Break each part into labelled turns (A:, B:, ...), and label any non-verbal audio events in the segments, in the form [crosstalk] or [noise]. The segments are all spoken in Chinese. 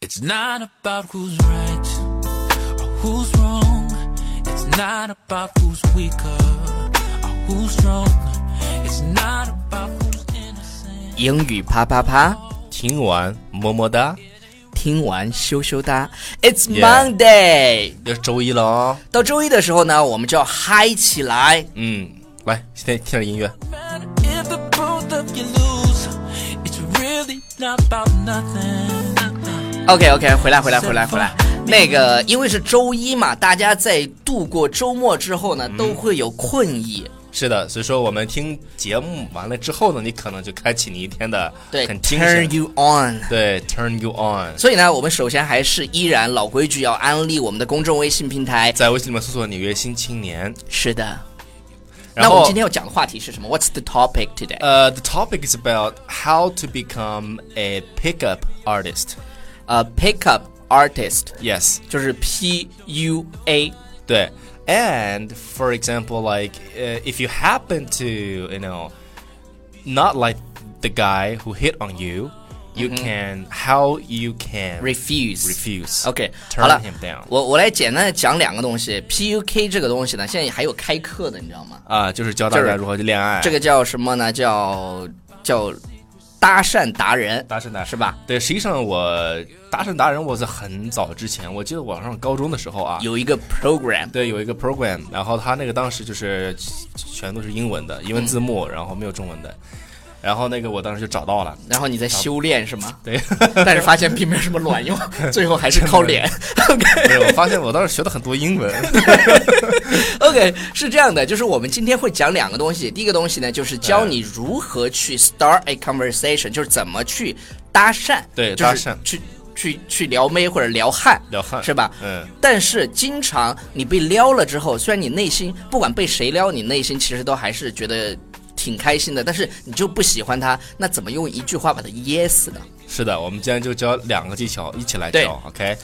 A: It's not about who's right or who's wrong. It's not about who's weaker or who's strong. It's not about who's innocent.
B: 英语啪啪啪，
C: 听完么么哒，
B: 听完羞羞哒。It's
C: Yeah
B: Monday，
C: 又是周一了哦。
B: 到周一的时候呢，我们就要嗨起来。
C: 嗯，来，现在听点音乐。
A: Matter if the both of you lose, it's really not about nothing.
B: OK OK，回来回来回来回来。那个，因为是周一嘛，大家在度过周末之后
C: 嗯
B: 呢，都会有困意。
C: 是的，所以说我们听节目完了之后呢，你可能就开启你一天的
B: 对
C: 很精
B: ，Turn
C: 神。
B: you on。
C: 对，turn you on，
B: 所以呢，我们首先还是依然老规矩，要安利我们的公众微信平台。
C: 在微信里面搜索“纽约新青年
B: 是的。”。
C: 然
B: 那我们
C: 后
B: 今天要讲的话题是什么？What's the topic today？
C: 呃、t h e topic is about how to become a pickup artist。
B: 呃、p i c k up artist
C: Yes，
B: 就是 P U A。
C: 对。And for example, like、if uh, you happen to, you know, not like the guy who hit on you, you can how you can
B: Mm-hmm. refuse
C: refuse.
B: OK，好
C: turn
B: 了
C: him down.
B: 我我来简单的讲两个东西。PUK 这个东西呢，现在还有开课的，你知道吗？
C: 啊，就是教大
B: 就
C: 家
B: 是
C: 如何去恋爱。
B: 这个叫什么呢？叫叫搭讪达人，
C: 搭讪达人
B: 是吧？
C: 对，实际上我搭讪达人，我在很早之前，我记得我上高中的时候啊，
B: 有一个 program，
C: 对有一个 program，然后他那个当时就是全都是英文的，英
B: 嗯
C: 文字幕，然后没有中文的，然后那个我当时就找到了，
B: 然后你在修炼是吗？ [laughs]
C: 对，
B: 但是发现并没有什么卵
C: [laughs]
B: 用，最后还是靠脸。
C: 不是我发现我当时学了很多英文，
B: [laughs] OK，是这样的，就是我们今天会讲两个东西。第一个东西呢，就是教你如何去 start a conversation，就是怎么去搭讪，
C: 对
B: 就是
C: 搭讪
B: 去去去撩妹或者撩汉，
C: 撩汉
B: 是吧？
C: 嗯，
B: 但是经常你被撩了之后，虽然你内心不管被谁撩，你内心其实都还是觉得挺开心的，但是你就不喜欢他，那怎么用一句话把他噎死呢？
C: 是的，我们今天就教两个技巧，一起来
B: 对
C: 教，OK。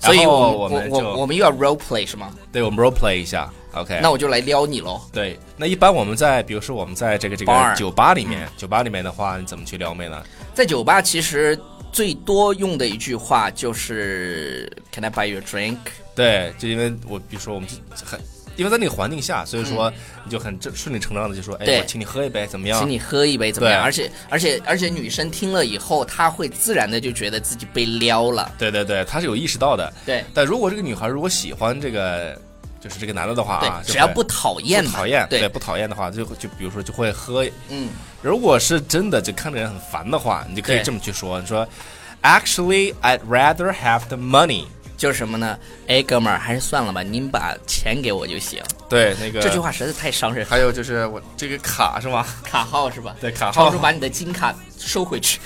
B: 所以
C: 然后
B: 我
C: 们
B: 们我我
C: 就
B: 们又要 role play 是吗？
C: 对我们 role play 一下，OK。
B: 那我就来撩你喽。
C: 对，那一般我们在比如说我们在这个这个
B: Bar
C: 酒吧里
B: 嗯
C: 面，酒吧里面的话，你怎么去撩妹呢？
B: 在酒吧其实最多用的一句话就是 “Can I buy you a drink？”
C: 对，就因为我比如说我们就很，因为在那个环境下，所以说你就很正顺理成章的就说，哎，
B: 嗯对
C: 我请你喝一杯，怎么样
B: 请？你喝一杯怎么样？
C: 啊对
B: 而且而且而且女生听了以后，她会自然的就觉得自己被撩了。
C: 对对对，他是有意识到的。
B: 对
C: 但如果这个女孩如果喜欢这个，就是这个男的的话
B: 对
C: 啊，，就
B: 只要
C: 会
B: 不讨厌
C: 不
B: 嘛，
C: 讨厌，
B: 对
C: 对，不讨厌的话，就会就比如说就会喝。
B: 嗯，
C: 如果是真的就看着人很烦的话，你就可以
B: 对
C: 这么去说，你说，Actually, I'd rather have the money。
B: 就是什么呢？哎，哥们儿，还是算了吧，您把钱给我就行。
C: 对，那个
B: 这句。话实在太伤人。
C: 还有就是我这个卡
B: [laughs]
C: 是吗？
B: 卡号是吧？
C: 对卡号
B: 超叔把你的金卡收回去。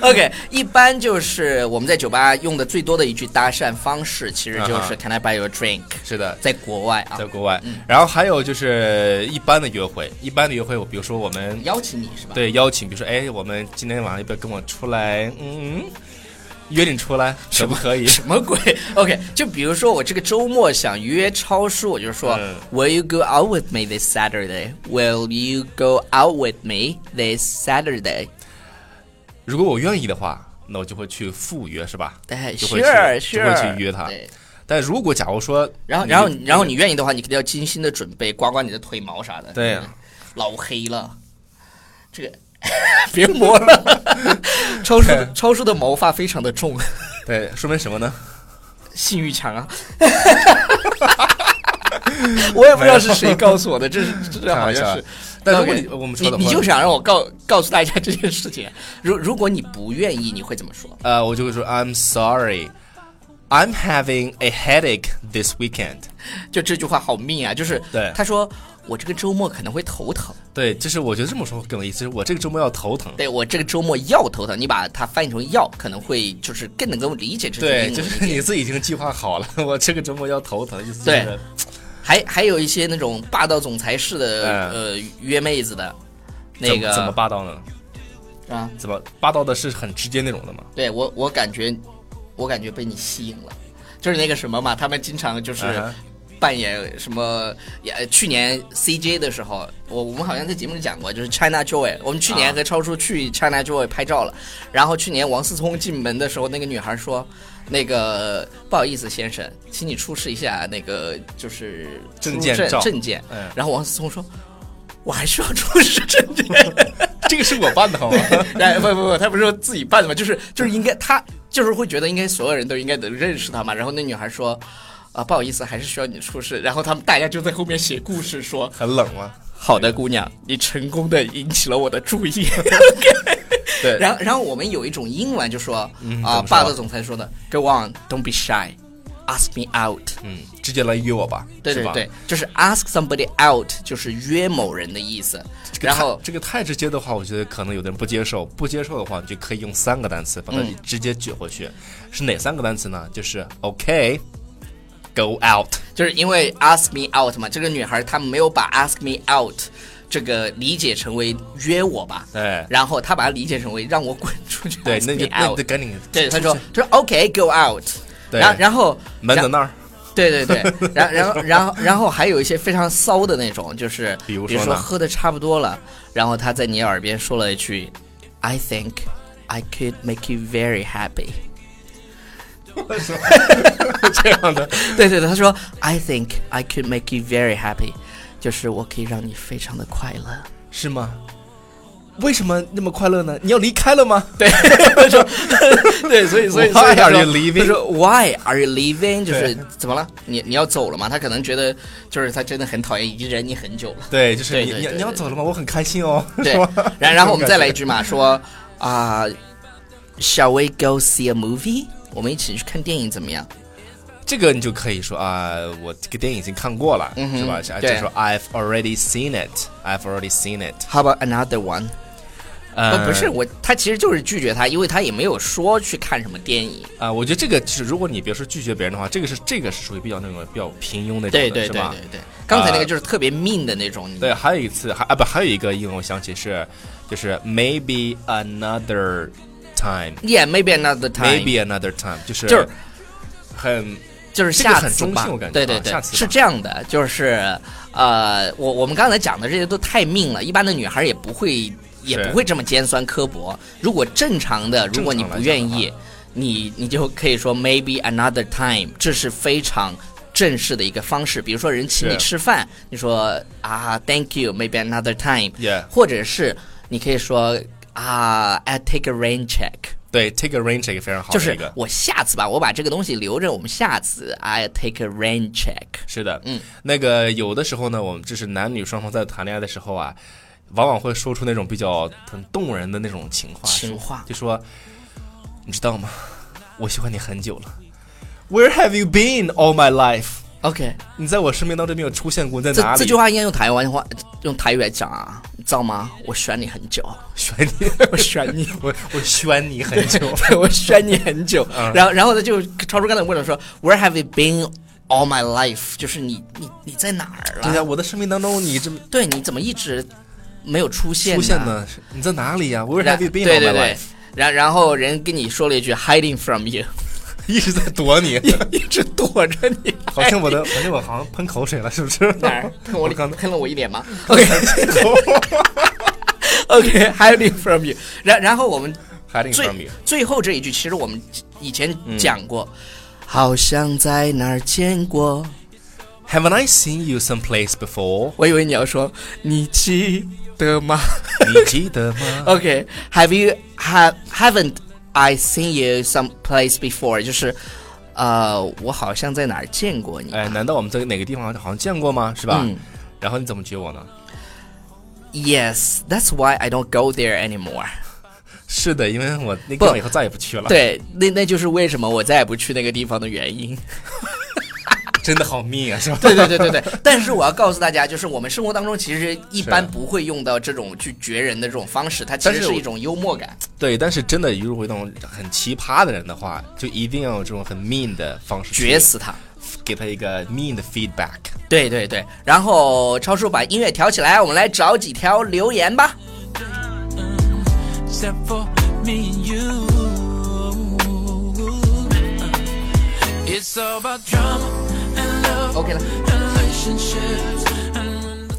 B: OK，一般就是我们在酒吧用的最多的一句搭讪方式，其实就
C: 啊哈
B: 是 “Can I buy you a drink？”
C: 是的，
B: 在国外啊
C: 在，国外。然后还有就是一般的约会，一般的约会，我比如说我们
B: 邀请你是吧？
C: 对邀请，比如说哎，我们今天晚上要不要跟我出来？嗯，约你出来可不可以？
B: 什么鬼？OK，就比如说我这个周末想约超叔，我就说、
C: 嗯
B: Will you go out with me this Saturday? Will you go out with me this Saturday?
C: 如果我愿意的话，那我就会去赴约，是吧？
B: 哎
C: 就会
B: ，Sure，
C: 去
B: sure，
C: 就会去约他
B: 对。
C: 但如果假如说，
B: 然后，然后，然后你愿意的话，你肯定要精心的准备，刮刮你的腿毛啥的。嗯
C: 对呀
B: 老黑了，这 [laughs] 个别磨了。 [laughs] 超叔的，超叔的毛发非常的重，
C: 对，说明什么呢？
B: 性欲强啊。 [laughs] 我也不知道是谁告诉我的，这是这这
C: 开
B: 好
C: 玩
B: 像
C: 笑
B: 是。
C: 但如果
B: OK，
C: 你我们说
B: 你
C: 的话，
B: 你就想让我告告诉大家这件事情，如如果你不愿意，你会怎么说？
C: 呃，我就会说 I'm sorry。I'm having a headache this weekend。
B: 就这句话好命啊！就是
C: 对
B: 他说我这个周末可能会头疼。
C: 对，就是我觉得这么说更有意思，就是我这个周末要头疼。
B: 对我这个周末要头疼，你把它翻译成要，可能会就是更能够理解这句
C: 对，
B: 英
C: 就
B: 文一
C: 是
B: 点。
C: 你自己已经计划好了， [laughs] 我这个周末要头疼，就是
B: 对还还有一些那种霸道总裁式的、
C: 嗯
B: 呃约妹子的，那
C: 怎
B: 个
C: 怎么霸道呢？
B: 啊？
C: 怎么霸道的是很直接那种的吗？
B: 对我我感觉我感觉被你吸引了，就是那个什么嘛，他们经常就是。
C: 嗯哼
B: 扮演什么？也去年 CJ 的时候，我我们好像在节目里讲过，就是 China Joy，我们去
C: 啊
B: 年和超叔去 China Joy 拍照了，然后去年王思聪进门的时候，那个女孩说。那个不好意思，先生，请你出示一下那个就是
C: 证
B: 出入
C: 件
B: 证
C: 照
B: 证件。
C: 嗯
B: 然后王思聪说：“我还需要出示证件。”
C: 这个是我办
B: [laughs]
C: 的好吗？
B: 哎，不不不，他不是说自己办的吗？就是就是应该他就是会觉得应该所有人都应该能认识他嘛。然后那女孩说。啊，不好意思，还是需要你出示。然后他们大家就在后面写故事说，
C: 很冷吗？
B: 好的，姑娘，你成功的引起了我的注
C: [laughs]
B: 意。 [laughs]
C: 对，
B: 然后，然后我们有一种英文就说
C: 嗯
B: 啊，
C: 怎么说
B: 霸道总裁说的，Go on, don't be shy, ask me out。
C: 嗯，直接来约我吧，
B: 对
C: 是
B: 对
C: 吧
B: 对，就是 ask somebody out，就是约某人的意思。
C: 这个
B: 然
C: 太
B: 后
C: 这个太直接的话，我觉得可能有的人不接受。不接受的话，你就可以用三个单词把它
B: 嗯
C: 直接举回去。是哪三个单词呢？就是 OK。Go out，
B: 就是因为 ask me out 嘛，这个女孩她没有把 ask me out 这个理解成为约我吧，
C: 哎，
B: 然后她把它理解成为让我滚出去。
C: 对，
B: ask
C: 那就
B: me
C: 那就
B: out
C: 得赶紧
B: 对，她说她说 OK go out，
C: 对
B: 然然后
C: 门
B: 然
C: 在那儿，
B: 对对对，
C: [laughs]
B: 然然后然后然后还有一些非常骚的那种，就是
C: 比如说呢
B: 喝的差不多了，然后他在你耳边说了一句，I think I could make you very happy。
C: [laughs] 这样的，
B: 对对对，他说 I think I could make you very happy，就是我可以让你非常的快乐。
C: 是吗？为什么那么快乐呢？你要离开了吗？对， [laughs]
B: 对，所以所以
C: Why
B: 所以他
C: are
B: 说
C: you leaving？
B: 他说 Why are you leaving？就是
C: 对
B: 怎么了？你你要走了吗？他可能觉得就是他真的很讨厌，已经忍你很久了。
C: 对，就是
B: 对
C: 你
B: 对
C: 你
B: 对
C: 你要
B: 对
C: 走了吗？我很开心哦。
B: 对
C: 是吧，
B: 然然后我们再来一
C: 这
B: 句嘛，说啊、s h a l l we go see a movie？我们一起去看电影怎么样？
C: 种感觉，这个你就可以说啊，我这个电影已经看过了，
B: 嗯哼
C: 是吧？啊就
B: 对
C: 说 I've already seen it, I've already seen it。
B: How about another one？、
C: 呃，
B: 呃，不是我，他其实就是拒绝他，因为他也没有说去看什么电影。
C: 啊、我觉得这个就是，如果你比如说拒绝别人的话，这个是这个是属于比较那种比较平庸那种的，
B: 对对
C: 是
B: 对对
C: 吧？
B: 对，刚才那个就是特别 mean 的那种。你
C: 对，还有一次还啊不，还有一个英文我想起是，就是 maybe another time，maybe
B: ，Yeah, maybe another time.
C: another time，就是
B: 就是
C: 很
B: 就是
C: 这个
B: 下
C: 很
B: 次
C: 中
B: 吧
C: 性我感，觉
B: 对
C: 啊
B: 对对
C: 下，次吧
B: 是这样的，就是呃，我我们刚才讲的这些都太命了，一般的女孩也不会也
C: 是
B: 不会这么尖酸刻薄。如果正常的，如果你不愿
C: 正常来讲
B: 意，你你就可以说 maybe another time，这是非常。正式的一个方式，比如说人请你
C: 是
B: 吃饭，你说啊，thank you，maybe another time，
C: yeah，
B: 或者是你可以说啊，I take a rain check，
C: 对，take a range 这个非常好
B: 就
C: 的一
B: 是
C: 个，
B: 我下次吧，我把这个东西留着，我们下次 I take a rain check。
C: 是的，
B: 嗯，
C: 那个有的时候呢，我们就是男女双方在谈恋爱的时候啊，往往会说出那种比较很动人的那种情话，
B: 情话
C: 就说，你知道吗？我喜欢你很久了，Where have you been all my life？
B: OK，
C: 你在我生命当中没有出现过，你在
B: 这
C: 哪里？
B: 这句话应该用台湾话，用台语来讲啊，你知道吗？我选你很久，
C: 选你，
B: [laughs] 我选你，
C: 我我选你
B: [laughs]
C: 很久。嗯
B: 对我选你很久。然后，然后他就超出刚才问了说，Where have you been all my life？就是你你你在哪儿
C: 对呀、
B: 了？
C: 我的生命当中你这么
B: 对，你怎么一直没有出现
C: 出现？呢？是你在哪里呀、w h e r e
B: 然
C: have
B: 对
C: you been
B: 对
C: all my
B: 对
C: life？，
B: 然然后人跟你说了一句 hiding from
C: [laughs]
B: you，
C: 一直在躲你，
B: 一直躲着你。
C: [laughs] 好像我的，好像我好像喷口水了，是不是？
B: 哪儿喷我
C: [laughs] 我刚
B: 脸？
C: 才
B: 喷了我一脸
C: [laughs]
B: 吗？OK [laughs] OK，hiding from you 然。然后我们
C: hiding
B: 最
C: from you？嗯
B: 最后这一句，其实我们以前讲过，好像在哪儿见过。
C: Haven't I seen you someplace [laughs] before？
B: 我以为你要说你记得
C: [laughs]
B: 吗
C: 你记得吗？
B: ？OK，Have、you have haven't I seen you someplace before？就是呃，我好像在哪儿见过你。
C: 哎，难道我们在哪个地方好像见过吗？是吧？
B: 嗯
C: 然后你怎么觉我呢？
B: Yes，that's why I don't go there anymore。
C: 是的，因为我那个
B: 不
C: 地方以后再也不去了。，
B: 对，那那就是为什么我再也不去那个地方的原
C: [laughs]
B: 因。
C: 真的好密啊，是吧？
B: 对对对对对，但是我要告诉大家，就是我们生活当中其实一般
C: 是
B: 不会用到这种去绝人的这种方式，它其
C: 但
B: 实
C: 是
B: 是
C: 我
B: 一种幽默感。
C: 对，但是真的，如果遇到那种很奇葩的人的话，就一定要用这种很 mean 的方式去
B: 绝死他！
C: 给他一个 mean 的 feedback。
B: 对对对，然后超叔把音乐调起来，我们来找几条留言吧。
A: except for me and you. It's all about drama and love
B: OK 了。
A: relationships and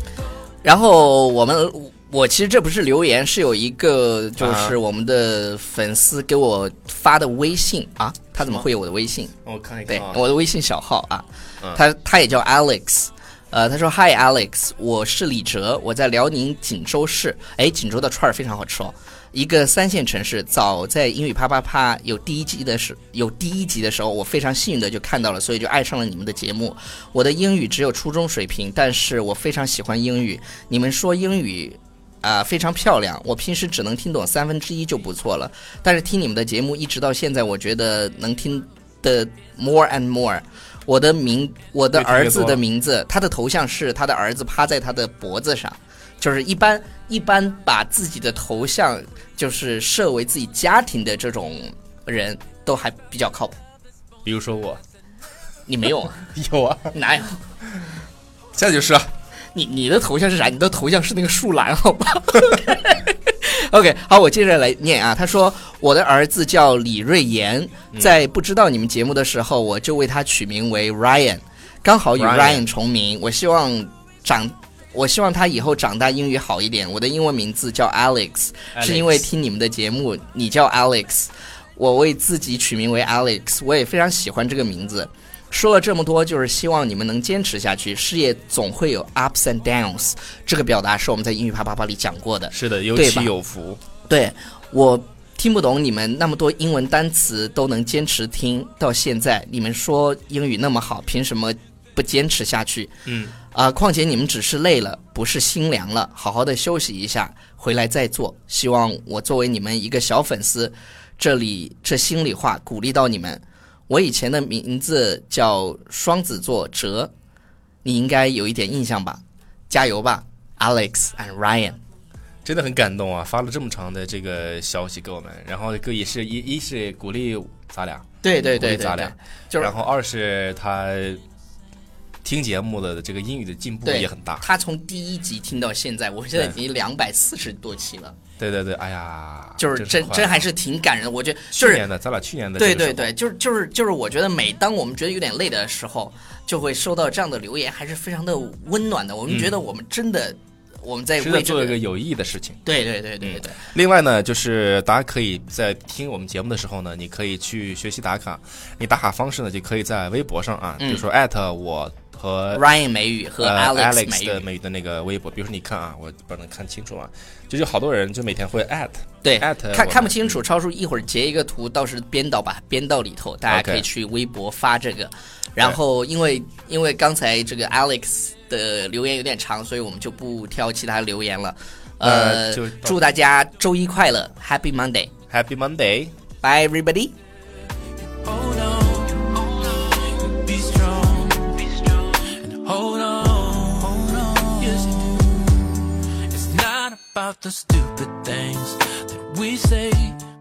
B: 然后我们，我其实这不是留言，是有一个
C: 啊
B: 就是我们的粉丝给我发的微信啊，他怎么会有我的微信？
C: 我看一
B: 对
C: 看，啊，
B: 我的微信小号啊
C: 嗯，
B: 他他也叫 Alex。呃，他说：“Hi Alex，我是李哲，我在辽宁锦州市。哎，锦州的串儿非常好吃哦，一个三线城市。早在《英语啪啪啪》有第一季的时，有第一集的时候，我非常幸运的就看到了，所以就爱上了你们的节目。我的英语只有初中水平，但是我非常喜欢英语。你们说英语啊、非常漂亮，我平时只能听懂三分之一就不错了，但是听你们的节目一直到现在，我觉得能听的 more and more。我的名，我的
C: 越听越
B: 儿子
C: 多
B: 的名字，他的头像是他的儿子趴在他的脖子上，就是一般一般把自己的头像就是设为自己家庭的这种人都还比较靠谱。
C: 比如说我
B: 你没有啊？ [laughs]
C: 有啊，
B: 哪有？
C: 这就是啊
B: 你你的头像是啥？你的头像是那个树懒，好吧 [laughs] ？OK，好，我接着来念啊。他说：“我的儿子叫李瑞妍，在不知道你们节目的时候，我就为他取名为 Ryan，刚好与
C: Ryan
B: Ryan 重名。我希望长，我希望他以后长大英语好一点。我的英文名字叫 Alex，是因为听你们的节目，你叫 Alex，我为自己取名为 Alex，我也非常喜欢这个名字。说了这么多，就是希望你们能坚持下去，事业总会有 ups and downs。这个表达是我们在英语啪啪啪里讲过的。
C: 是的，有
B: 对
C: 起
B: 吧
C: 有伏，
B: 对我听不懂你们那么多英文单词都能坚持听到现在，你们说英语那么好，凭什么不坚持下去？
C: 嗯，
B: 啊、况且你们只是累了，不是心凉了，好好的休息一下，回来再做。希望我作为你们一个小粉丝，这里这心里话鼓励到你们。我以前的名字叫双子座哲，你应该有一点印象吧？加油吧，Alex and Ryan。
C: 真的很感动啊！发了这么长的这个消息给我们，然后哥也是一一是鼓励咱俩，
B: 对对
C: 鼓
B: 对
C: 励咱
B: 对
C: 俩
B: 对，，就是
C: 然后二是他听节目的这个英语的进步
B: 对
C: 也很大，
B: 他从第一集听到现在，我现在已经两百四十多期了，
C: 对对对，哎呀，
B: 就是真
C: 快
B: 真还是挺感人的。我觉得就
C: 去
B: 是
C: 年的，咱俩去年的
B: 对
C: 这个时
B: 对
C: 候
B: 对，就是就是就是，我觉得每当我们觉得有点累的时候，就会收到这样的留言，还是非常的温暖的。我们觉得我们真的我们在
C: 嗯是
B: 为
C: 在
B: 这
C: 做一个有意义的事情。
B: 对对对对对
C: 另外呢，就是大家可以在听我们节目的时候呢，你可以去学习打卡。你打卡方式呢，就可以在微博上啊，比
B: 嗯
C: 如说艾特我和
B: ，Ryan 美语和
C: 嗯呃
B: Alex 美
C: Alex 的
B: 语，
C: 美语的那个微博，比如说你看啊，我不能看清楚啊，就有好多人就每天会艾特，
B: 对，
C: 艾特
B: 看
C: 我
B: 看不
C: 们
B: 清楚，超叔一会儿截一个图，到时编导把它编到里头，大家可以去微博发这个。然后因为因为刚才这个 Alex 的留言有点长，所以我们就不挑其他留言了。呃，
C: 呃就
B: 祝大家周一快乐，Happy Monday，Bye
C: Happy Monday。
B: everybody。
A: hold on, Oh, be strong, and hold on, hold on. Yes, you do. It's not about the stupid things that we say